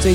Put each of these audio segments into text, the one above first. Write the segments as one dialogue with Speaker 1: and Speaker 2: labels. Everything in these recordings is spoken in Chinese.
Speaker 1: 最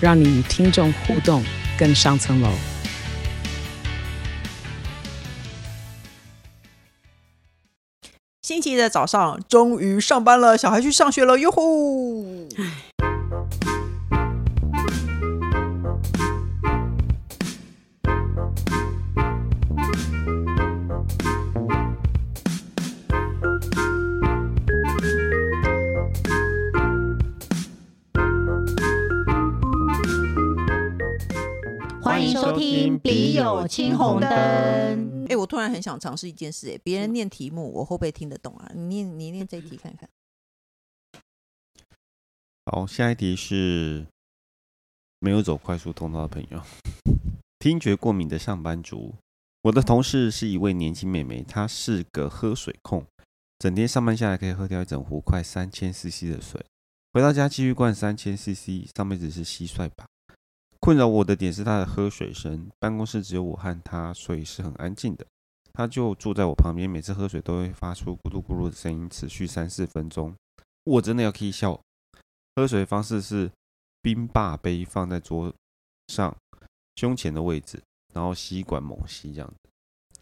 Speaker 1: 让你与听众互动更上层楼。
Speaker 2: 星期一的早上，终于上班了，小孩去上学了， 哟吼！
Speaker 3: 欢迎收听《笔友青红灯》。
Speaker 2: 哎、我突然很想尝试一件事、哎，别人念题目，我会不会听得懂啊？你念，你念这一题看看。
Speaker 3: 好，下一题是没有走快速通道的朋友，听觉过敏的上班族。我的同事是一位年轻妹妹，她是个喝水控，整天上班下来可以喝掉一整壶快三千 CC 的水，回到家继续灌三千 CC，上辈子是蟋蟀吧？困扰我的点是她的喝水声，办公室只有我和她，所以是很安静的。她就坐在我旁边，每次喝水都会发出咕噜咕噜的声音，持续三四分钟，我真的要 K 笑。喝水的方式是冰霸杯放在桌上胸前的位置，然后吸管猛吸这样子。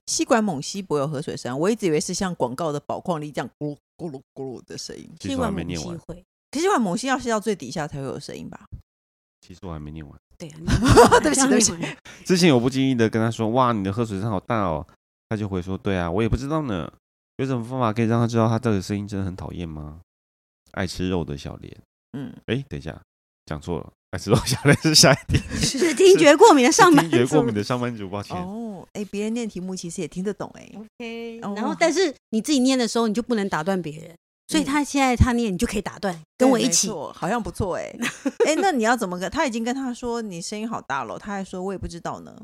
Speaker 2: 吸管猛吸不会有喝水声，我一直以为是像广告的宝矿力这样咕噜咕噜咕噜的声音。
Speaker 3: 其实我还没念完，
Speaker 4: 会，
Speaker 2: 可是吸管猛吸要吸到最底下才会有声音吧？
Speaker 3: 其实我还没念完。
Speaker 4: 对啊，
Speaker 2: 对不起对不起
Speaker 4: 起，
Speaker 3: 之前我不经意的跟他说：“哇，你的喝水声好大哦。”他就回说：“对啊，我也不知道呢。有什么方法可以让他知道他这个声音真的很讨厌吗？”爱吃肉的小莲，
Speaker 2: 嗯，
Speaker 3: 哎，等一下，讲错了，爱吃肉的小莲是下一题，
Speaker 4: 是听觉过敏的上班
Speaker 3: 听觉
Speaker 4: 族
Speaker 3: 过。敏的上班族，抱歉。
Speaker 2: 哦，哎、别人念题目其实也听得懂哎、
Speaker 4: OK，
Speaker 2: 哦
Speaker 4: 然后但是你自己念的时候，你就不能打断别人，所以他现在他念，你就可以打断，跟
Speaker 2: 对
Speaker 4: 我一
Speaker 2: 没
Speaker 4: 起。
Speaker 2: 错好像不错哎、 哎、那你要怎么跟？他已经跟他说你声音好大了，他还说我也不知道呢。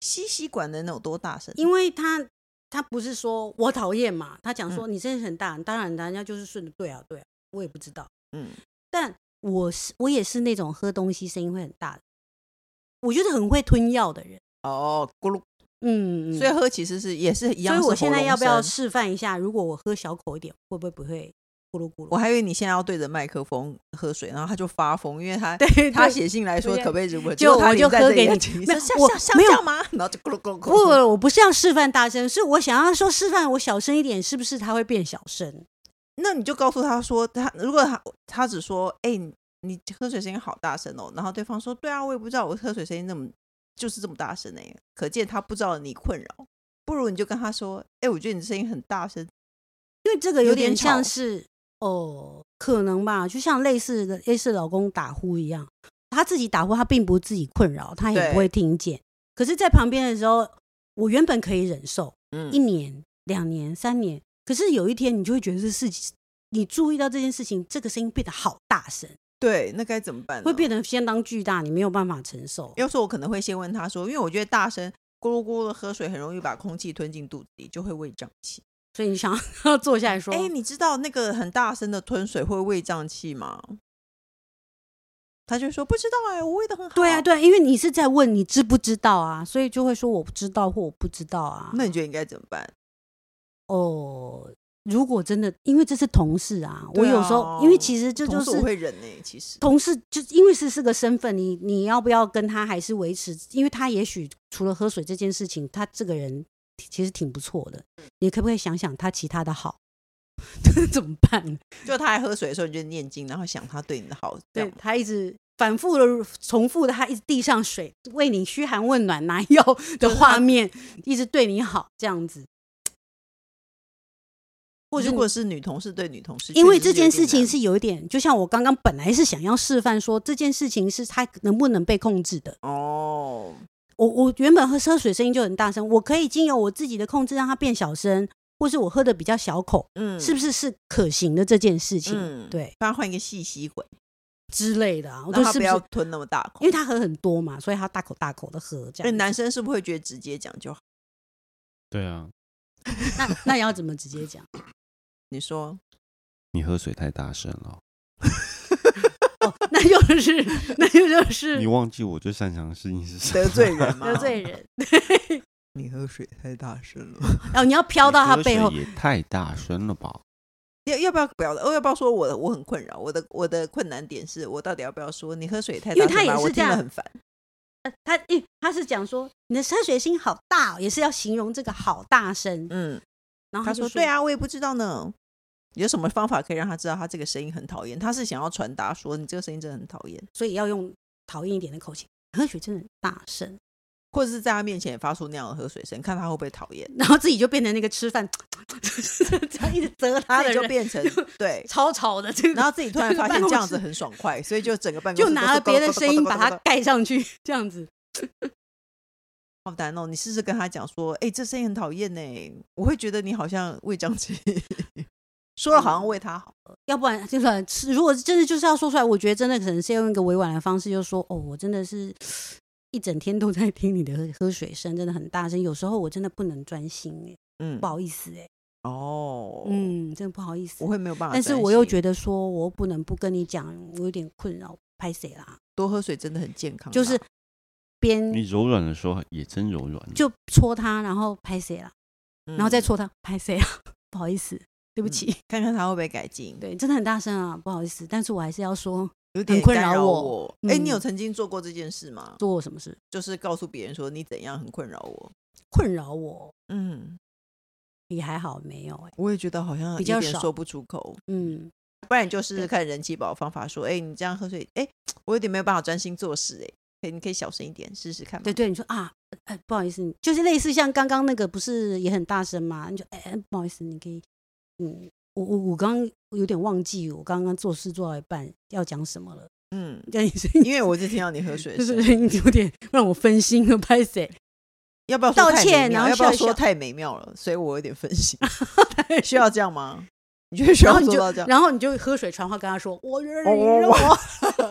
Speaker 2: 吸吸管能有多大声？
Speaker 4: 因为他他不是说我讨厌嘛，他讲说你声音很大，当然人家就是顺着对啊对啊，我也不知道，
Speaker 2: 嗯，
Speaker 4: 但我是我也是那种喝东西声音会很大的，我就是很会吞药的人，
Speaker 2: 哦，咕噜，
Speaker 4: 嗯，嗯
Speaker 2: 所以喝其实是也是一样
Speaker 4: 所以
Speaker 2: 是
Speaker 4: 我现在
Speaker 2: 喉咙
Speaker 4: 要不要
Speaker 2: 声
Speaker 4: 示范一下？如果我喝小口一点，会不会不会咕噜咕噜？
Speaker 2: 我还以为你现在要对着麦克风喝水，然后他就发疯，因为 他
Speaker 4: 对
Speaker 2: 他
Speaker 4: 对
Speaker 2: 写信来说
Speaker 4: 对
Speaker 2: 可不可以如何，
Speaker 4: 就
Speaker 2: 结果他
Speaker 4: 我
Speaker 2: 已
Speaker 4: 就
Speaker 2: 经在
Speaker 4: 喝
Speaker 2: 这里
Speaker 4: 给
Speaker 2: 了你
Speaker 4: 你没
Speaker 2: 说
Speaker 4: 有
Speaker 2: 像
Speaker 4: 我
Speaker 2: 像像
Speaker 4: 没有
Speaker 2: 这样吗？然后就咕噜咕噜咕
Speaker 4: 不，
Speaker 2: 噜。
Speaker 4: 我不是要示范大声，是我想要说示范我小声一点，是不是它会变小声？
Speaker 2: 那你就告诉他说，他如果他他只说，哎、你你喝水声音好大声哦，然后对方说，对啊，我也不知道我喝水声音那么就是这么大声哎、可见他不知道你困扰。不如你就跟他说，哎、我觉得你的声音很大声，
Speaker 4: 因为这个
Speaker 2: 有
Speaker 4: 有
Speaker 2: 点
Speaker 4: 点
Speaker 2: 吵
Speaker 4: 像是哦，可能吧，就像类似的类似老公打呼一样，他自己打呼，他并不自己困扰，他也
Speaker 2: 对
Speaker 4: 不会听见。可是，在旁边的时候，我原本可以忍受
Speaker 2: 嗯
Speaker 4: 一年、两年、三年，可是有一天你就会觉得这事情，你注意到这件事情，这个声音变得好大声，
Speaker 2: 对，那该怎么办呢？
Speaker 4: 会变得相当巨大，你没有办法承受。
Speaker 2: 要说我可能会先问他说，因为我觉得大声咕噜咕噜的喝水很容易把空气吞进肚子里，就会胃胀气。
Speaker 4: 所以你想要 坐下来说，
Speaker 2: 哎、你知道那个很大声的吞水会胃胀气吗？他就说不知道哎、我胃得很好。
Speaker 4: 对啊，。对啊，因为你是在问你知不知道啊，所以就会说我不知道或我不知道啊。
Speaker 2: 那你觉得应该怎么办？
Speaker 4: 哦，如果真的，因为这是同事啊，我
Speaker 2: 对
Speaker 4: 有时
Speaker 2: 啊
Speaker 4: 候因为其实这
Speaker 2: 同
Speaker 4: 就
Speaker 2: 事我会
Speaker 4: 是
Speaker 2: 忍呢、其实。
Speaker 4: 同事，就因为是是个身份，你你要不要跟他还是维持？因为他也许除了喝水这件事情，他这个人其实挺不错的，
Speaker 2: 嗯
Speaker 4: 你可不可以想想他其他的好？ 这怎么办？
Speaker 2: 就他还喝水的时候，你就念经，然后想他对你的好，这
Speaker 4: 对
Speaker 2: 样
Speaker 4: 他一直反复的、重复的，他一直递上水，为你嘘寒问暖、拿 药
Speaker 2: 啊
Speaker 4: 的画面，一直对你好这样子。或者
Speaker 2: 如果是女同事对女同事，
Speaker 4: 因
Speaker 2: 确
Speaker 4: 为
Speaker 2: 实
Speaker 4: 这
Speaker 2: 有
Speaker 4: 件
Speaker 2: 点
Speaker 4: 事情
Speaker 2: 难
Speaker 4: 是有一点，就像我刚刚本来是想要示范说这件事情是它能不能被控制的。
Speaker 2: 哦，
Speaker 4: 我我原本喝喝水声音就很大声，我可以经由我自己的控制让它变小声，或是我喝的比较小口，
Speaker 2: 嗯，
Speaker 4: 是不是是可行的这件事情？
Speaker 2: 嗯
Speaker 4: 对，
Speaker 2: 帮他换一个细吸管，
Speaker 4: 之类的啊。我
Speaker 2: 让
Speaker 4: 说
Speaker 2: 他
Speaker 4: 是
Speaker 2: 不
Speaker 4: 不
Speaker 2: 要
Speaker 4: 是？
Speaker 2: 吞那么大口
Speaker 4: 因为。他喝很多嘛，所以他大口大口的喝这
Speaker 2: 那
Speaker 4: 样。
Speaker 2: 男生是不是会觉得直接讲就好？
Speaker 3: 对啊，
Speaker 4: 那那你要怎么直接讲？
Speaker 2: 你说
Speaker 3: 你喝水太大声了，
Speaker 4: 哦， 那就是那就是
Speaker 3: 你忘记我最擅长的事情是什么？
Speaker 2: 得罪人吗？
Speaker 4: 得罪人。
Speaker 2: 你喝水太大声了。
Speaker 4: 哦，你要飘到他背后
Speaker 3: 你喝，水也太大声了吧？
Speaker 2: 要要不要不要？哦，要不要说我的我很困扰？我的我的困难点是我到底要不要说？你喝水太
Speaker 4: 因
Speaker 2: 大
Speaker 4: 为
Speaker 2: 声
Speaker 4: 他也
Speaker 2: 吧我
Speaker 4: 是这
Speaker 2: 听了
Speaker 4: 样
Speaker 2: 很烦。
Speaker 4: 呃他一他是讲说你的山水心好大、哦，也是要形容这个好大声。
Speaker 2: 嗯，
Speaker 4: 然后
Speaker 2: 他
Speaker 4: 就
Speaker 2: 说对，啊，我也不知道呢。有什么方法可以让他知道他这个声音很讨厌？他是想要传达说你这个声音真的很讨厌，
Speaker 4: 所以要用讨厌一点的口气，喝水真的很大声，
Speaker 2: 或者是在他面前也发出那样的喝水声，看他会不会讨厌。
Speaker 4: 然后自己就变成那个吃饭 这样一直责他
Speaker 2: 他
Speaker 4: 的
Speaker 2: 也就
Speaker 4: 人
Speaker 2: 变成对，
Speaker 4: 超吵的这
Speaker 2: 然
Speaker 4: 个，
Speaker 2: 后自己突然发现
Speaker 4: 办公
Speaker 2: 这样子
Speaker 4: 室
Speaker 2: 很爽快，所以就整个办公
Speaker 4: 就
Speaker 2: 室
Speaker 4: 拿了别 的声音把它
Speaker 2: 它
Speaker 4: 盖上去，这样子。
Speaker 2: 好难哦。你试试跟他讲说，哎、这声音很讨厌呢，我会觉得你好像为张琪说了好
Speaker 4: 嗯
Speaker 2: 像为他好。
Speaker 4: 要不然就算是如果真的就是要说出来，我觉得真的可能是要用一个委婉的方式，就是说哦，我真的是一整天都在听你的喝喝水声，真的很大声，有时候我真的不能专心哎、
Speaker 2: 嗯
Speaker 4: 不，好意思哎、
Speaker 2: 哦，，
Speaker 4: 嗯，真的不好意思
Speaker 2: 我。会没有办法
Speaker 4: 但
Speaker 2: 专
Speaker 4: 是
Speaker 2: 心。
Speaker 4: 我又觉得说，我不能不跟你讲，我有点困扰，拍谁啦？
Speaker 2: 多喝水真的很健康啦，
Speaker 4: 就是边
Speaker 3: 你柔软的时候也真柔软，
Speaker 4: 就戳他，然后拍谁啦，
Speaker 2: 嗯，
Speaker 4: 然后再戳他，拍谁啊？不好意思，对不起，
Speaker 2: 看看他会不会改进。，
Speaker 4: 对，真的很大声啊，不好意思，但是我还是要说
Speaker 2: 有点
Speaker 4: 困
Speaker 2: 干
Speaker 4: 扰
Speaker 2: 扰
Speaker 4: 我
Speaker 2: 我。哎，你有
Speaker 4: 嗯
Speaker 2: 曾经做过这件事吗？
Speaker 4: 做我什么事，
Speaker 2: 就是告诉别人说你怎样很困扰我。
Speaker 4: 困扰我
Speaker 2: 嗯，
Speaker 4: 也还好，没有欸
Speaker 2: 我也觉得好像
Speaker 4: 比
Speaker 2: 有
Speaker 4: 较
Speaker 2: 点
Speaker 4: 少
Speaker 2: 说不出口。
Speaker 4: 嗯，
Speaker 2: 不然就是
Speaker 4: 对
Speaker 2: 看人气宝方法说，哎、你这样喝水，哎、我有点没有办法专心做事、哎，可以，你可以小声一点试试看嘛。
Speaker 4: 对对，你说啊，呃呃不好意思，就是类似像刚刚那个不是也很大声吗？你就哎、哎不好意思，你可以，嗯，我我我刚刚有点忘记，我刚刚做事做到一半要讲什么了，
Speaker 2: 嗯，
Speaker 4: 这样所以
Speaker 2: 因为我是听到你喝水
Speaker 4: 就
Speaker 2: 声，
Speaker 4: 是有点让我分心了，拍 谁？
Speaker 2: 要不要说
Speaker 4: 道
Speaker 2: 太美
Speaker 4: 歉
Speaker 2: 妙
Speaker 4: 然后
Speaker 2: 要不要
Speaker 4: 笑一
Speaker 2: 说
Speaker 4: 笑
Speaker 2: 太美妙了？所以我有点分 心， 需要这样吗？你觉得需
Speaker 4: 然
Speaker 2: 要
Speaker 4: 后你
Speaker 2: 做
Speaker 4: 就
Speaker 2: 到这样？
Speaker 4: 然后你就喝水传话跟他说，我惹你
Speaker 2: 我哦我
Speaker 4: 惹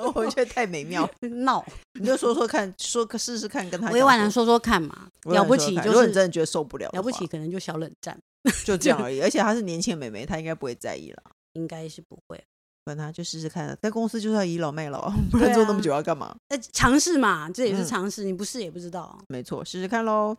Speaker 4: 我，
Speaker 2: 我觉得太美 妙了，
Speaker 4: 闹，
Speaker 2: 你就说说看，说个试试看，跟他
Speaker 4: 委婉的
Speaker 2: 讲
Speaker 4: 说说看嘛，
Speaker 2: 委婉
Speaker 4: 了
Speaker 2: 地
Speaker 4: 不
Speaker 2: 说
Speaker 4: 起
Speaker 2: 看
Speaker 4: 就
Speaker 2: 如果
Speaker 4: 是
Speaker 2: 你真的觉得受不了的
Speaker 4: 了不
Speaker 2: 话
Speaker 4: 起，可能就小冷战，
Speaker 2: 就这样而已。而且她是年轻的妹妹，她应该不会在意了。
Speaker 4: 应该是不会。
Speaker 2: 管她就试试看，在公司就是要倚老卖老，不
Speaker 4: 对
Speaker 2: 然
Speaker 4: 啊
Speaker 2: 做那么久要干嘛？
Speaker 4: 呃，尝试嘛，这也是
Speaker 2: 嗯
Speaker 4: 尝试，你不试也不知道。
Speaker 2: 没错，试试看喽。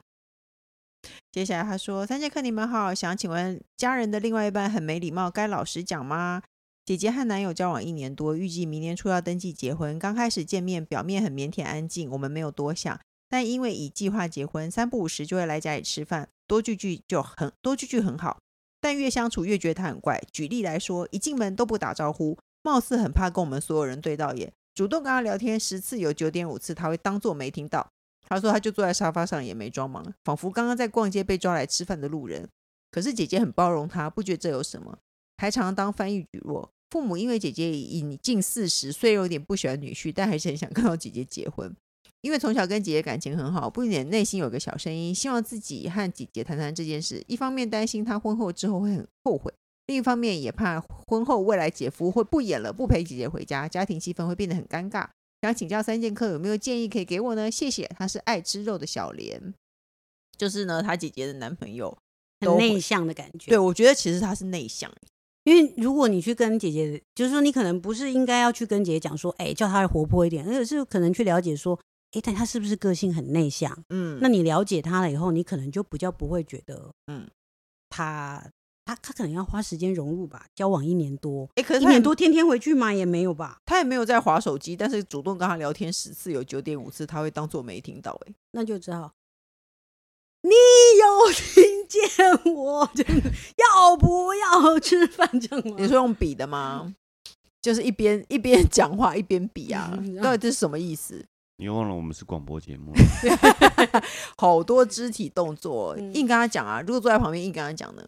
Speaker 2: 接下来他说：“三节课你们好，想请问家人的另外一半很没礼貌，该老实讲吗？姐姐和男友交往一年多，预计明年初要登记结婚。刚开始见面，表面很腼腆安静，我们没有多想。但因为已计划结婚，三不五时就会来家里吃饭，多聚聚就很多聚聚很好。但越相处越觉得他很怪。举例来说，一进门都不打招呼，貌似很怕跟我们所有人对到眼。主动跟他聊天十次有九点五次，他会当做没听到。他说他就坐在沙发上也没装忙，仿佛刚刚在逛街被抓来吃饭的路人。可是姐姐很包容他，不觉得这有什么，还常当翻译举弱。父母因为姐姐已近四十，虽然有点不喜欢女婿，但还是很想看到姐姐结婚。因为从小跟姐姐感情很好，不免内心有个小声音，希望自己和姐姐谈谈这件事。一方面担心她婚后之后会很后悔，另一方面也怕婚后未来姐夫会不演了，不陪姐姐回家，家庭气氛会变得很尴尬。想请教三剑客有没有建议可以给我呢？谢谢，他是爱吃肉的小莲，就是呢，他姐姐的男朋友。都
Speaker 4: 很
Speaker 2: 会
Speaker 4: 内向的感觉，
Speaker 2: 对，我觉得其实他是内向，
Speaker 4: 因为如果你去跟姐姐，就是说你可能不是应该要去跟姐姐讲说，哎、叫她活泼一点，而是可能去了解说，哎、但她是不是个性很内向？
Speaker 2: 嗯，
Speaker 4: 那你了解她了以后，你可能就比较不会觉得，
Speaker 2: 嗯
Speaker 4: 嗯，她她她可能要花时间融入吧，交往一年多，
Speaker 2: 哎、可是
Speaker 4: 一
Speaker 2: 他也
Speaker 4: 年多天天回去嘛也没有吧，
Speaker 2: 他也没有在划手机，但是主动跟他聊天十次有九点五次他会当做没听到、哎，
Speaker 4: 那就只好。你有 听见我？ 就是要不要吃饭？这样吗？
Speaker 2: 你说用比的
Speaker 4: 嗯
Speaker 2: 吗？就是一边一边 讲话一边比啊
Speaker 4: 嗯，
Speaker 2: 到底这是什么意 思？
Speaker 3: 你忘了我们是广播节目了，
Speaker 2: 好多肢体动作，
Speaker 4: 嗯
Speaker 2: 硬跟他讲啊！如果坐在旁边硬跟他讲呢，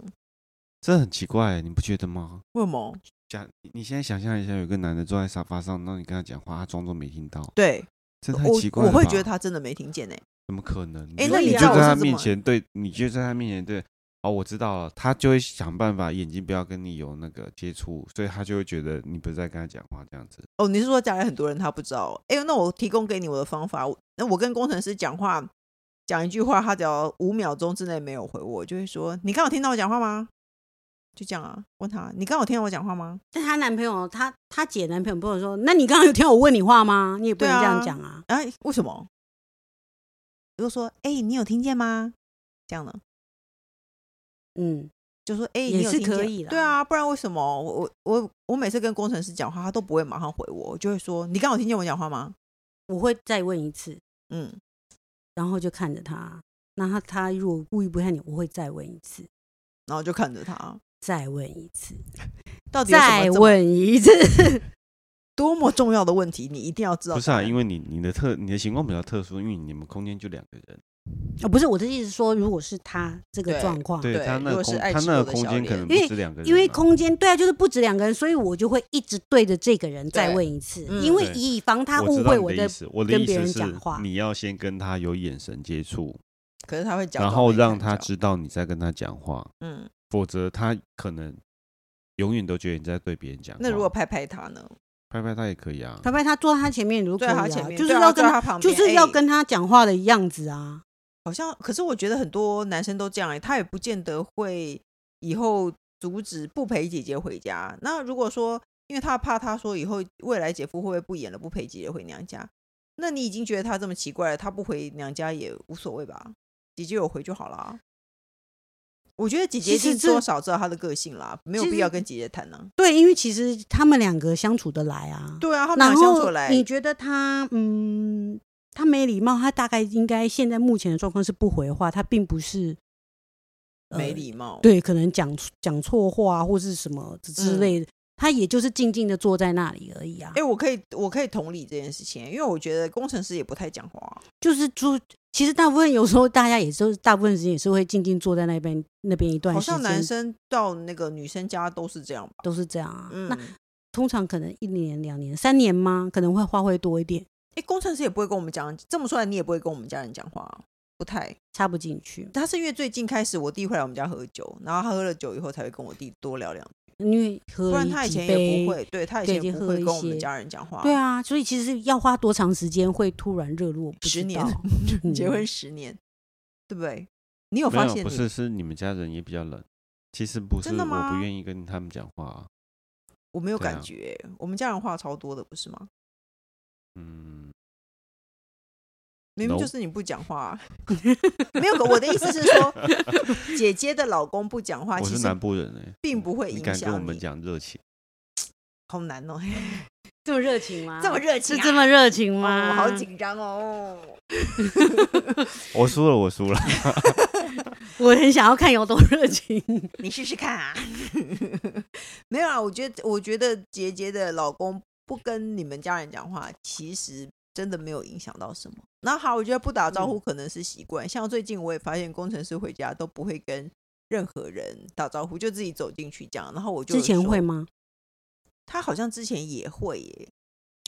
Speaker 3: 这很奇怪，你不觉得吗？
Speaker 2: 为什么？
Speaker 3: 假，你你现在想象一下，有一个男的坐在沙发上，让你跟他讲话，他装作没听到，
Speaker 2: 对，
Speaker 3: 这太奇
Speaker 2: 我
Speaker 3: 怪了
Speaker 2: 我
Speaker 3: 吧。
Speaker 2: 会觉得他真的没听见呢、欸
Speaker 3: 怎么可能？
Speaker 2: 诶
Speaker 3: 你就
Speaker 4: 那你
Speaker 3: 你
Speaker 4: 知
Speaker 3: 就
Speaker 4: 道我
Speaker 3: 在
Speaker 2: 是
Speaker 3: 他
Speaker 2: 怎
Speaker 3: 面
Speaker 2: 么
Speaker 3: 前对，你就在他面前对，哦，我知道了，他就会想办法眼睛不要跟你有那个接触，所以他就会觉得你不是在跟他讲话这样子。
Speaker 2: 哦，你是说家里很多人他不知道？哎，那我提供给你我的方法，我那我跟工程师讲话，讲一句话，他只要五秒钟之内没有回我，我就会说：“你刚好听到我讲话吗？”就这样啊，问他：“你刚好听到我讲话吗
Speaker 4: 但她男朋友，她她姐男朋友不能说，那你刚刚有听我问你话吗？你也不
Speaker 2: 对
Speaker 4: 能这样
Speaker 2: 啊
Speaker 4: 讲啊？”。
Speaker 2: 哎，为什么？如果说：“哎，你有听见吗？”这样呢，
Speaker 4: 嗯，
Speaker 2: 就说：“哎，
Speaker 4: 也
Speaker 2: 你有
Speaker 4: 是
Speaker 2: 听见
Speaker 4: 可以啦
Speaker 2: 对啊，不然为什么我我我我每次跟工程师讲话，他都不会马上回我，我就会说：“你刚好听见我讲话吗
Speaker 4: 我会再问一次，？”
Speaker 2: 嗯，
Speaker 4: 然后就看着他。那他他如果故意不看你，我会再问一次，
Speaker 2: 然后就看着他，
Speaker 4: 再问一次，
Speaker 2: 到底有什么
Speaker 4: 再
Speaker 2: 这么
Speaker 4: 问一次。
Speaker 2: 多么重要的问题，你一定要知道答
Speaker 3: 不
Speaker 2: 案。
Speaker 3: 是啊，因为你你的特你的情况比较特殊，因为你们空间就两个人，
Speaker 4: 哦，不是我的意思是说，如果是他这个
Speaker 2: 对
Speaker 4: 状况，
Speaker 2: 嗯
Speaker 3: 对
Speaker 2: 对
Speaker 3: 他
Speaker 2: 如
Speaker 3: 那个
Speaker 2: 果是
Speaker 3: 空
Speaker 2: 爱
Speaker 3: 他
Speaker 2: 吃
Speaker 3: 那
Speaker 2: 肉
Speaker 3: 个
Speaker 2: 的
Speaker 3: 空
Speaker 2: 小
Speaker 3: 间可
Speaker 2: 脸
Speaker 3: 能不
Speaker 4: 因为
Speaker 3: 止两个人啊、
Speaker 4: 因为空间对啊，就是不止两个人，所以我就会一直对着这个人再
Speaker 2: 对
Speaker 4: 问一次，
Speaker 2: 嗯
Speaker 4: 因为
Speaker 3: 对
Speaker 4: 以防他
Speaker 3: 我
Speaker 4: 误
Speaker 3: 知道
Speaker 4: 会
Speaker 3: 你
Speaker 4: 我
Speaker 3: 的意
Speaker 4: 的。
Speaker 3: 思，我的
Speaker 4: 跟
Speaker 3: 意
Speaker 4: 别
Speaker 3: 思
Speaker 4: 人
Speaker 3: 是
Speaker 4: 讲话
Speaker 3: 你要先跟他有眼神接触，
Speaker 2: 可是他会讲，
Speaker 3: 然后让他知道你在跟他讲话，
Speaker 2: 嗯，
Speaker 3: 否则他可能永远都觉得你在对别人讲话。
Speaker 2: 那如果拍拍他呢？
Speaker 3: 拍拍他也可以啊，
Speaker 4: 他拍他坐在他前面，如果
Speaker 2: 对
Speaker 4: 可以
Speaker 2: 他
Speaker 4: 啊
Speaker 2: 前面，
Speaker 4: 就是
Speaker 2: 对啊
Speaker 4: 要
Speaker 2: 坐
Speaker 4: 跟
Speaker 2: 在他旁
Speaker 4: 就
Speaker 2: 边
Speaker 4: 是要
Speaker 2: 哎
Speaker 4: 跟他讲话的样子啊。
Speaker 2: 好像，可是我觉得很多男生都这样、欸，他也不见得会以后阻止不陪姐姐回家。那如果说，因为他怕他说以后未来姐夫会不会不演了，不陪姐姐回娘家，那你已经觉得他这么奇怪了，他不回娘家也无所谓吧？姐姐有回就好啦。我觉得姐姐一
Speaker 4: 其
Speaker 2: 定
Speaker 4: 实这
Speaker 2: 多少知道他的个性啦，没有
Speaker 4: 其
Speaker 2: 必要
Speaker 4: 实
Speaker 2: 跟姐姐谈呢、
Speaker 4: 对，因为其实他们两个相处得来啊。
Speaker 2: 对啊，他们
Speaker 4: 然
Speaker 2: 俩相处
Speaker 4: 后
Speaker 2: 来，
Speaker 4: 你觉得他嗯，他没礼貌，他大概应该现在目前的状况是不回话，他并不是、呃
Speaker 2: 没礼貌，
Speaker 4: 对，可能讲讲错话或是什么之之
Speaker 2: 嗯
Speaker 4: 类的，他也就是静静的坐在那里而已啊。
Speaker 2: 哎、我可以，我可以同理这件事情，因为我觉得工程师也不太讲话啊、
Speaker 4: 就是就其实大部分有时候大家也是大部分时间也是会静静坐在那边那边一段
Speaker 2: 好
Speaker 4: 时间，
Speaker 2: 像男生到那个女生家都是这样吧。
Speaker 4: 都是这样啊。
Speaker 2: 嗯，
Speaker 4: 那
Speaker 2: 哎、
Speaker 4: 通常可能一年、两年、三年吗？可能会话会多一点，
Speaker 2: 工程师也不会跟我们讲，这么说来你也不会跟我们家人讲话啊、不太。
Speaker 4: 插不进去，
Speaker 2: 他是因为最近开始我弟会来我们家喝酒，然后他喝了酒以后才会跟我弟多聊两句，
Speaker 4: 因为喝
Speaker 2: 不然
Speaker 4: 一
Speaker 2: 他以
Speaker 4: 几
Speaker 2: 前
Speaker 4: 杯
Speaker 2: 也不会，对他以前
Speaker 4: 对
Speaker 2: 也
Speaker 4: 就
Speaker 2: 不
Speaker 4: 喝
Speaker 2: 会
Speaker 4: 一
Speaker 2: 跟我
Speaker 4: 些
Speaker 2: 们家人讲话。
Speaker 4: 对，啊，所以其实要花多长时间会突然热络？不
Speaker 2: 十
Speaker 4: 知
Speaker 2: 年
Speaker 4: 道
Speaker 2: 结
Speaker 4: 嗯
Speaker 2: 婚十年，对不对？你有
Speaker 3: 没
Speaker 2: 发
Speaker 3: 有
Speaker 2: 现
Speaker 3: 不
Speaker 2: 你
Speaker 3: 是是你们家人也比较冷，其实不是
Speaker 2: 真的
Speaker 3: 我不
Speaker 2: 吗
Speaker 3: 愿意跟他们讲话、啊，
Speaker 2: 我没有
Speaker 3: 对啊
Speaker 2: 感觉、我们家人话超多的，不是吗？
Speaker 3: 嗯，
Speaker 2: 明明就
Speaker 3: No
Speaker 2: 是你不讲话啊、 没有。我的意思是说，姐姐的老公不讲话，
Speaker 3: 我
Speaker 2: 其
Speaker 3: 是
Speaker 2: 实
Speaker 3: 南部人哎、
Speaker 2: 并不会
Speaker 3: 你
Speaker 2: 影
Speaker 3: 敢跟我
Speaker 2: 响
Speaker 3: 们
Speaker 2: 你。
Speaker 3: 讲热情？
Speaker 2: 好难哦，
Speaker 4: 这么热情吗
Speaker 2: 这么热情、
Speaker 4: 是
Speaker 2: 啊，
Speaker 4: 这么热情
Speaker 2: 哦
Speaker 4: 吗？
Speaker 2: 我好紧张哦。
Speaker 3: 我输了，我输了，
Speaker 4: 我很想要看有多 热情。
Speaker 2: 你试试看啊。 没有啊，我觉得，我觉得杰杰的老公不跟你们家人讲话，其实真的没有影响到什么。然后好，我觉得不打招
Speaker 3: 嗯
Speaker 2: 呼可能是习惯，像最近我也发现工程师回家都不会跟任何人打招呼，就自己走进去这样。然后我就
Speaker 4: 之前
Speaker 2: 说
Speaker 4: 会吗？
Speaker 2: 他好像之前也会耶，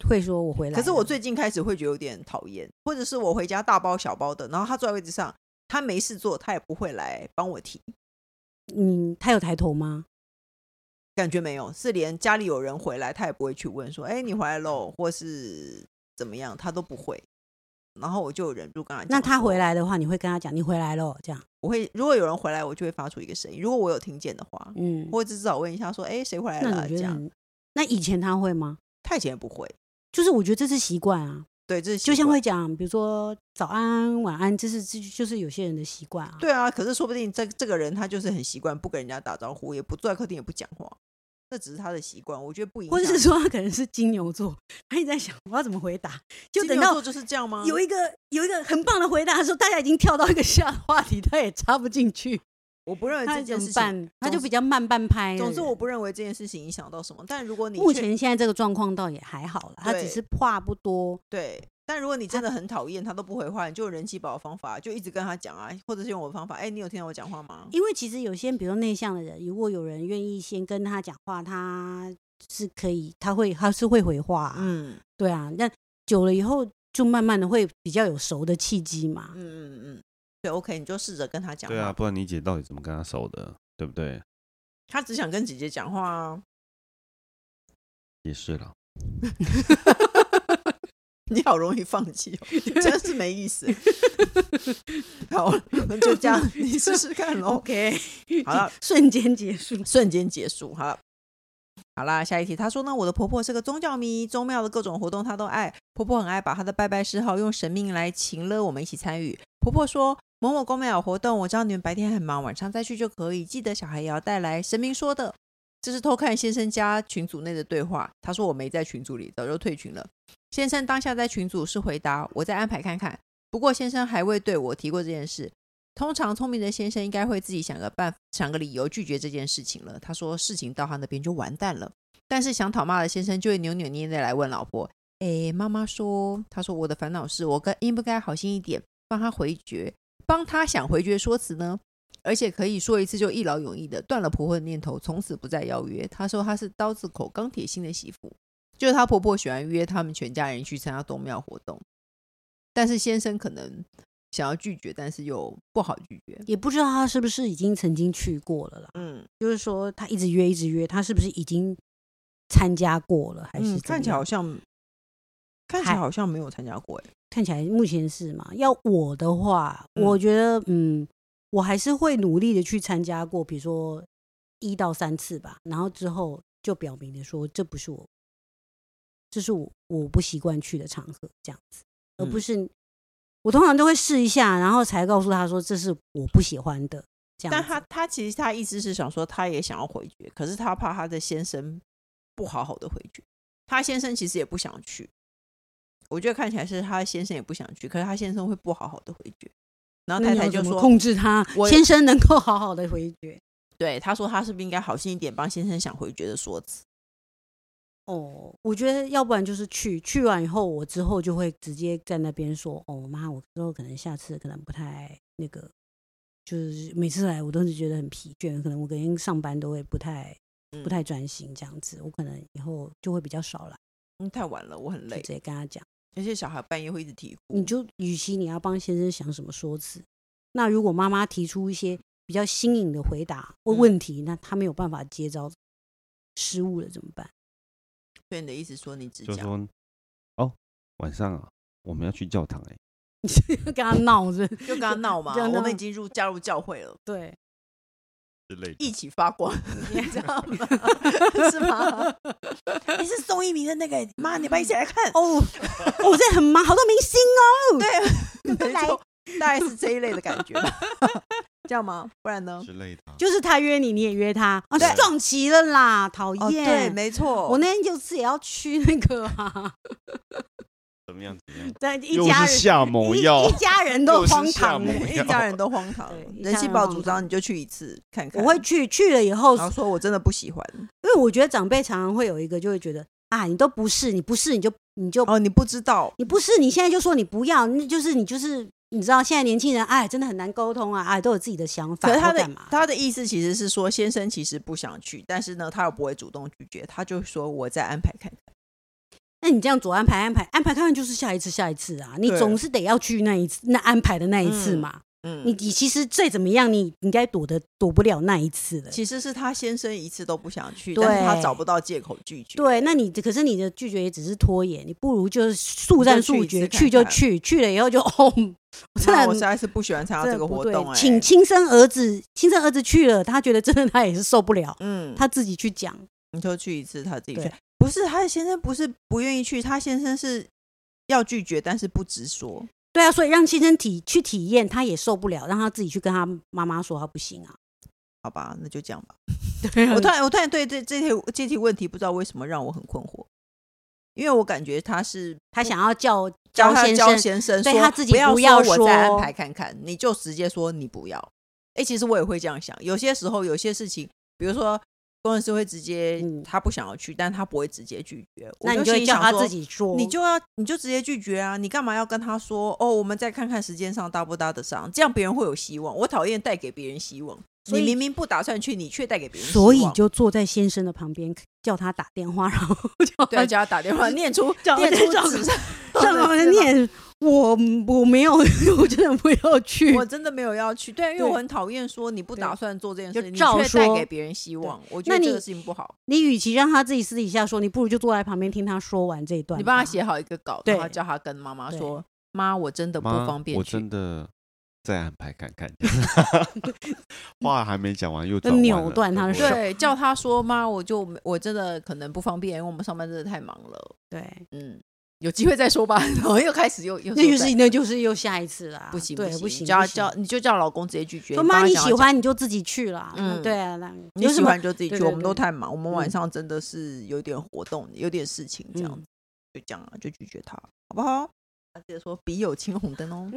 Speaker 4: 会说我回来了，
Speaker 2: 可是我最近开始会觉得有点讨厌，或者是我回家大包小包的，然后他坐在位置上，他没事做，他也不会来帮我提，
Speaker 4: 嗯，他有抬头吗？
Speaker 2: 感觉没有，是连家里有人回来，他也不会去问说，哎、你回来喽，或是怎么样，他都不会。然后我就忍住跟他讲，
Speaker 4: 那他回，来的话，你会跟他讲你回来喽，这样，
Speaker 2: 我会如果有人回来，我就会发出一个声音，如果我有听见的话，
Speaker 4: 嗯，
Speaker 2: 或者至少问一下说，哎、谁回来了
Speaker 4: 那
Speaker 2: 啊？
Speaker 4: 你
Speaker 2: 这
Speaker 4: 觉得
Speaker 2: 样，
Speaker 4: 很？那以前他会吗？
Speaker 2: 他以前也不会，
Speaker 4: 就是我觉得这是习惯啊，
Speaker 2: 对，这是
Speaker 4: 就
Speaker 2: 习
Speaker 4: 像
Speaker 2: 惯
Speaker 4: 会讲，比如说早安、晚安，这是这就是有些人的习惯啊。，
Speaker 2: 对啊，可是说不定这这个人他就是很习惯不跟人家打招呼，也不坐在客厅也不讲话，这只是他的习惯，我觉得不影响。
Speaker 4: 或者是说他可能是金牛座，他一直在想我要怎么回答，就
Speaker 2: 金
Speaker 4: 等
Speaker 2: 牛
Speaker 4: 到
Speaker 2: 座啊就是这样吗？
Speaker 4: 有一个有一个很棒的回答的时候，大家已经跳到一个下话题，他也插不进去，
Speaker 2: 我不认为
Speaker 4: 他
Speaker 2: 呃这
Speaker 4: 怎
Speaker 2: 件
Speaker 4: 么
Speaker 2: 事情。
Speaker 4: 办？他就
Speaker 2: 总
Speaker 4: 比较慢半拍的人。
Speaker 2: 总之，我不认为这件事情影响到什么。但如果你
Speaker 4: 目
Speaker 2: 确
Speaker 4: 前现在这个状况倒也还好了，他只
Speaker 2: 对
Speaker 4: 是话不多，
Speaker 2: 对，但如果你真
Speaker 4: 啊
Speaker 2: 的很讨厌他都不回话，你就有人气宝的方法，就一直跟他讲啊，或者是用我的方法。哎、你有听到我讲话吗？
Speaker 4: 因为其实有些比如内向的人，如果有人愿意先跟他讲话，他是可以，他会他是会回话、啊，
Speaker 2: 嗯
Speaker 4: 对啊，那久了以后就慢慢的会比较有熟的契机嘛。
Speaker 2: 嗯嗯嗯，对，OK，你就试着跟他讲话。
Speaker 3: 对啊，不然你姐到底怎么跟他熟的，对不对？
Speaker 2: 他只想跟姐姐讲话啊。
Speaker 3: 也是啦，
Speaker 2: 你好容易放弃、哦，真是没意思。 好，就这样，你试试看喽。
Speaker 4: OK，
Speaker 2: 嗯好了，
Speaker 4: 瞬间结束。
Speaker 2: 瞬间结束。好了，好啦，下一题。他说呢，我的婆婆是个宗教迷，宗庙的各种活动她都爱。婆婆很爱把她的拜拜嗜好用神明来请了我们一起参与。婆婆说，某某公庙有活动，我知道你们白天很忙，晚上再去就可以。记得小孩也要带来。神明说的。这是偷看先生家群组内的对话。他说我没在群组里，早就退群了。先生当下在群组是回答我再安排看看。不过先生还未对我提过这件事。通常聪明的先生应该会自己想个办想个理由拒绝这件事情了。他说事情到他那边就完蛋了。但是想讨骂的先生就会扭扭捏捏地来问老婆：“诶，妈妈说，他说我的烦恼是我该应不该好心一点，帮他回绝，帮他想回绝说辞呢？而且可以说一次就一劳永逸的断了婆婆的念头，从此不再邀约。她说她是刀子口钢铁心的媳妇，就是她婆婆喜欢约他们全家人去参加宗庙活动，但是先生可能想要拒绝，但是又不好拒绝。
Speaker 4: 也不知道他是不是已经曾经去过了啦，
Speaker 2: 嗯
Speaker 4: 就是说他一直约一直约，他是不是已经参加过了，还是、
Speaker 2: 嗯看起来好像看起来好像没有参加过哎，
Speaker 4: 看起来目前是嘛？要我的话，
Speaker 2: 嗯
Speaker 4: 我觉得嗯，我还是会努力的去参加过，比如说一到三次吧，然后之后就表明的说这不是我，这是我我不习惯去的场合，这样子，而不
Speaker 2: 嗯
Speaker 4: 是、我通常都会试一下，然后才告诉他说这是我不喜欢的。这样
Speaker 2: 但
Speaker 4: 子
Speaker 2: 她她其实她意思是想说她也想要回绝，可是她怕她的先生不好好的回绝，她先生其实也不想去。我觉得看起来是她先生也不想去，可是她先生会不好好的回绝，然后
Speaker 4: 那
Speaker 2: 太
Speaker 4: 你
Speaker 2: 太
Speaker 4: 要
Speaker 2: 就
Speaker 4: 怎么
Speaker 2: 说，
Speaker 4: 控制他
Speaker 2: 我，
Speaker 4: 先生能够好好的回绝。
Speaker 2: 对，她说她是不是应该好心一点帮先生想回绝的说辞？
Speaker 4: 哦，我觉得要不然就是去，去完以后，我之后就会直接在那边说，哦妈，我之后可能下次可能不太那个，就是每次来我都是觉得很疲倦，可能我可能上班都会不太
Speaker 2: 嗯
Speaker 4: 不太专心这样子，我可能以后就会比较少来，
Speaker 2: 嗯，太晚了，我很
Speaker 4: 就
Speaker 2: 累
Speaker 4: 直，接跟他讲，
Speaker 2: 而且小孩半夜会一直啼哭。
Speaker 4: 你就与其你要帮先生想什么说辞，那如果妈妈提出一些比较新颖的回答或
Speaker 2: 嗯
Speaker 4: 问题，那他没有办法接招，失误了怎么办？
Speaker 2: 所以你的意思说你只
Speaker 3: 就
Speaker 2: 讲，
Speaker 3: 说哦，晚上啊，我们要去教堂哎、
Speaker 4: 跟他闹是不是
Speaker 2: 就跟他闹嘛，
Speaker 4: 就
Speaker 2: 我
Speaker 4: 闹
Speaker 2: 们已经入加入教会了，
Speaker 4: 对。
Speaker 3: 之类
Speaker 2: 一起发光， 你知道吗？是 吗？你是宋一鸣的那个妈，你们一起来看
Speaker 4: 哦，我这很忙，好多明星哦。
Speaker 2: 对，
Speaker 4: 来
Speaker 2: 就大概是这一类的感觉吧， 这样吗？不然呢？
Speaker 3: 之类的啊、
Speaker 4: 就是他约你，你也约他，啊，
Speaker 3: 对
Speaker 4: 撞齐了啦，讨厌。
Speaker 2: 哦，对，没错，
Speaker 4: 我那天就是也要去那个啊，
Speaker 3: 怎么样怎么样？
Speaker 4: 但 一
Speaker 3: 又
Speaker 4: 家
Speaker 3: 是
Speaker 4: 人
Speaker 3: 下某
Speaker 4: 一
Speaker 3: 药
Speaker 4: 一，家人都
Speaker 3: 又是
Speaker 4: 荒
Speaker 3: 下
Speaker 4: 唐
Speaker 3: 猛
Speaker 4: 欸。
Speaker 3: 药
Speaker 2: 一家人都荒唐
Speaker 4: 对，一家
Speaker 2: 人气
Speaker 4: 人
Speaker 2: 爆
Speaker 4: 荒
Speaker 2: 主张，
Speaker 4: 唐
Speaker 2: 你就去一次看看。
Speaker 4: 我会，去，去了以后，
Speaker 2: 然后
Speaker 4: 因
Speaker 2: 说我真的不喜欢。
Speaker 4: 为我觉得长辈常常会有一个，就会觉得啊，你都不是，你不是，你就你就
Speaker 2: 哦，你不知道，
Speaker 4: 你不是，你现在就说你不要，那就是你就是你知道，现在年轻人哎，真的很难沟通啊，哎，都有自己的想法，
Speaker 2: 可是他
Speaker 4: 或
Speaker 2: 的
Speaker 4: 干嘛？
Speaker 2: 他的意思其实是说，先生其实不想去，但是呢，他又不会主动拒绝，他就说我再安排看看。
Speaker 4: 那你这样左安排安排安排看看，就是下一次下一次啊，你
Speaker 2: 对
Speaker 4: 总是得要去那一次那安排的那一次
Speaker 2: 嗯
Speaker 4: 嘛。
Speaker 2: 嗯，
Speaker 4: 你你其实再怎么样，你应该躲得躲不了那一次的。
Speaker 2: 其实是他先生一次都不想去，但是他
Speaker 4: 对
Speaker 2: 找不到借口拒绝。
Speaker 4: 对，那你可是你的拒绝也只是拖延，你不如就是速战速决，
Speaker 2: 你就去一次
Speaker 4: 去就
Speaker 2: 看看
Speaker 4: 去，去了以后就 哦，我真的
Speaker 2: 那我
Speaker 4: 很
Speaker 2: 实在是不喜欢参加
Speaker 4: 真
Speaker 2: 这
Speaker 4: 的
Speaker 2: 个
Speaker 4: 不
Speaker 2: 活
Speaker 4: 对
Speaker 2: 动哎。
Speaker 4: 请亲生儿子，亲生儿子去了，他觉得真的他也是受不了，
Speaker 2: 嗯，
Speaker 4: 他自己去讲，
Speaker 2: 你就去一次，他自己去
Speaker 4: 对。
Speaker 2: 不是他的先生，不是不愿意去，他先生是要拒绝，但是不直说。
Speaker 4: 对啊，所以让亲生体去体验，他也受不了，让他自己去跟他妈妈说他不行啊。
Speaker 2: 好吧，那就这样吧。
Speaker 4: 对啊
Speaker 2: 我突然，我突然对这这些这些问题不知道为什么让我很困惑，因为我感觉他是
Speaker 4: 他想要叫
Speaker 2: 教哦他
Speaker 4: 先
Speaker 2: 教
Speaker 4: 生，
Speaker 2: 先生
Speaker 4: 对
Speaker 2: 说
Speaker 4: 他自己
Speaker 2: 不要
Speaker 4: 不要
Speaker 2: 说我再安
Speaker 4: 说
Speaker 2: 排看看，你就直接说你不要。哎、其实我也会这样想，有些时候有些事情，比如说工程师会直接、
Speaker 4: 嗯
Speaker 2: 他不想要去，但他不会直接拒绝，我
Speaker 4: 那你
Speaker 2: 就
Speaker 4: 就
Speaker 2: 心
Speaker 4: 会
Speaker 2: 里
Speaker 4: 叫
Speaker 2: 想
Speaker 4: 他
Speaker 2: 说
Speaker 4: 自己说，
Speaker 2: 你就要你就直接拒绝啊！你干嘛要跟他说哦？我们再看看时间上搭不搭得上，这样别人会有希望。我讨厌带给别人希望，
Speaker 4: 所
Speaker 2: 你
Speaker 4: 以
Speaker 2: 明明不打算去，你却带给别人希望。
Speaker 4: 所以就坐在先生的旁边，叫 他打电话，然后叫
Speaker 2: 对啊，
Speaker 4: 他
Speaker 2: 叫他打电话，念出
Speaker 4: 叫
Speaker 2: 念出
Speaker 4: 叫
Speaker 2: 纸上
Speaker 4: 上
Speaker 2: 的
Speaker 4: 面
Speaker 2: 字嘛
Speaker 4: 念我我没有， 我真的不要去。
Speaker 2: 我真的没有要去，对，因为
Speaker 4: 对
Speaker 2: 我很讨厌说你不打算做这件
Speaker 4: 就
Speaker 2: 事，你
Speaker 4: 照
Speaker 2: 却带
Speaker 4: 说
Speaker 2: 给别人希望，我觉
Speaker 4: 那
Speaker 2: 得这
Speaker 4: 你
Speaker 2: 个事情不好。
Speaker 4: 你与其让他自己私底下说，你不如就坐在旁边听他说完这一段吧。
Speaker 2: 你帮他写好一个稿，
Speaker 4: 对
Speaker 2: 然后叫他跟妈妈
Speaker 4: 对
Speaker 2: 说：“妈，我真的不
Speaker 3: 妈
Speaker 2: 方便
Speaker 3: 我
Speaker 2: 去。
Speaker 3: 真 的再安排看看。话还没讲完又转弯
Speaker 4: 扭
Speaker 3: 了
Speaker 4: 断他的”手
Speaker 3: 对不
Speaker 2: 对，
Speaker 3: 对
Speaker 2: 叫他说：“妈，我就没我真的可能不方便，因为我们上班真的太忙了。
Speaker 4: 对，”
Speaker 2: 嗯，有机会再说吧。然后又开始又又
Speaker 4: 那
Speaker 2: 说
Speaker 4: 就是
Speaker 2: 再
Speaker 4: 那就是又下一次啦。
Speaker 2: 不行
Speaker 4: 对，
Speaker 2: 行，
Speaker 4: 不
Speaker 2: 你
Speaker 4: 行，
Speaker 2: 叫
Speaker 4: 不
Speaker 2: 他
Speaker 4: 行
Speaker 2: 叫你就叫老公直接拒绝。
Speaker 4: 说
Speaker 2: 你帮
Speaker 4: 妈
Speaker 2: 他
Speaker 4: 你
Speaker 2: 想要
Speaker 4: 喜
Speaker 2: 讲，
Speaker 4: 欢你就自己去啦。
Speaker 2: 嗯
Speaker 4: 嗯，对啊，那
Speaker 2: 你
Speaker 4: 有什
Speaker 2: 喜
Speaker 4: 么
Speaker 2: 欢就自己
Speaker 4: 对
Speaker 2: 去，
Speaker 4: 对
Speaker 2: 我们都
Speaker 4: 对
Speaker 2: 太忙，我们晚
Speaker 4: 嗯
Speaker 2: 上真的是有点活动，有点事情这样
Speaker 4: 嗯
Speaker 2: 子，就这样啊，就拒绝他，好不好？记得说笔友青红灯哦。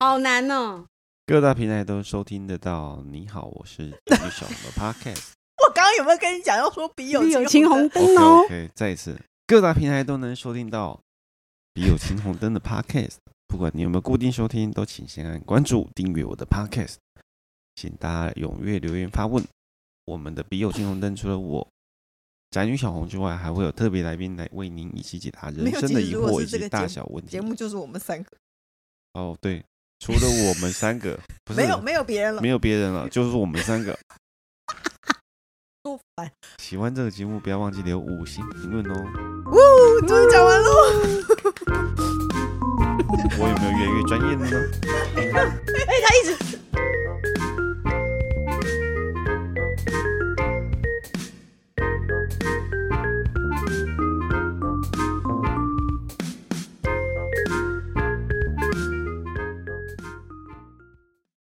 Speaker 4: 好难哦。
Speaker 3: 各大平台都收听得到。你好，我是李小的 Podcast。
Speaker 2: 我刚刚有没有跟你讲要说笔友
Speaker 4: 必有青红
Speaker 2: 灯？
Speaker 4: 灯
Speaker 3: OK
Speaker 4: 哦。
Speaker 3: OK，再一次，各大平台都能收听到笔友青红灯的 Podcast。不管你有没有固定收听，都请先按关注、订阅我的 Podcast。请大家踊跃留言发问。我们的笔友青红灯除了我宅女小红之外，还会有特别来宾来为您一起解答人
Speaker 2: 没有
Speaker 3: 生
Speaker 2: 其
Speaker 3: 的
Speaker 2: 实
Speaker 3: 疑
Speaker 2: 如果
Speaker 3: 惑
Speaker 2: 是
Speaker 3: 以
Speaker 2: 这
Speaker 3: 及
Speaker 2: 个
Speaker 3: 大
Speaker 2: 节
Speaker 3: 小问题
Speaker 2: 节。目就是我们三个，
Speaker 3: 哦，对，除了我们三 个，不是
Speaker 2: 没有没有别人了
Speaker 3: 没。有别人了，就是我们三个。
Speaker 4: 多烦
Speaker 3: 喜欢这个节目，不要忘记留五星评论哦。
Speaker 2: 呜，终于讲 完喽。
Speaker 3: 我有没有越来越专业了呢？
Speaker 2: 哎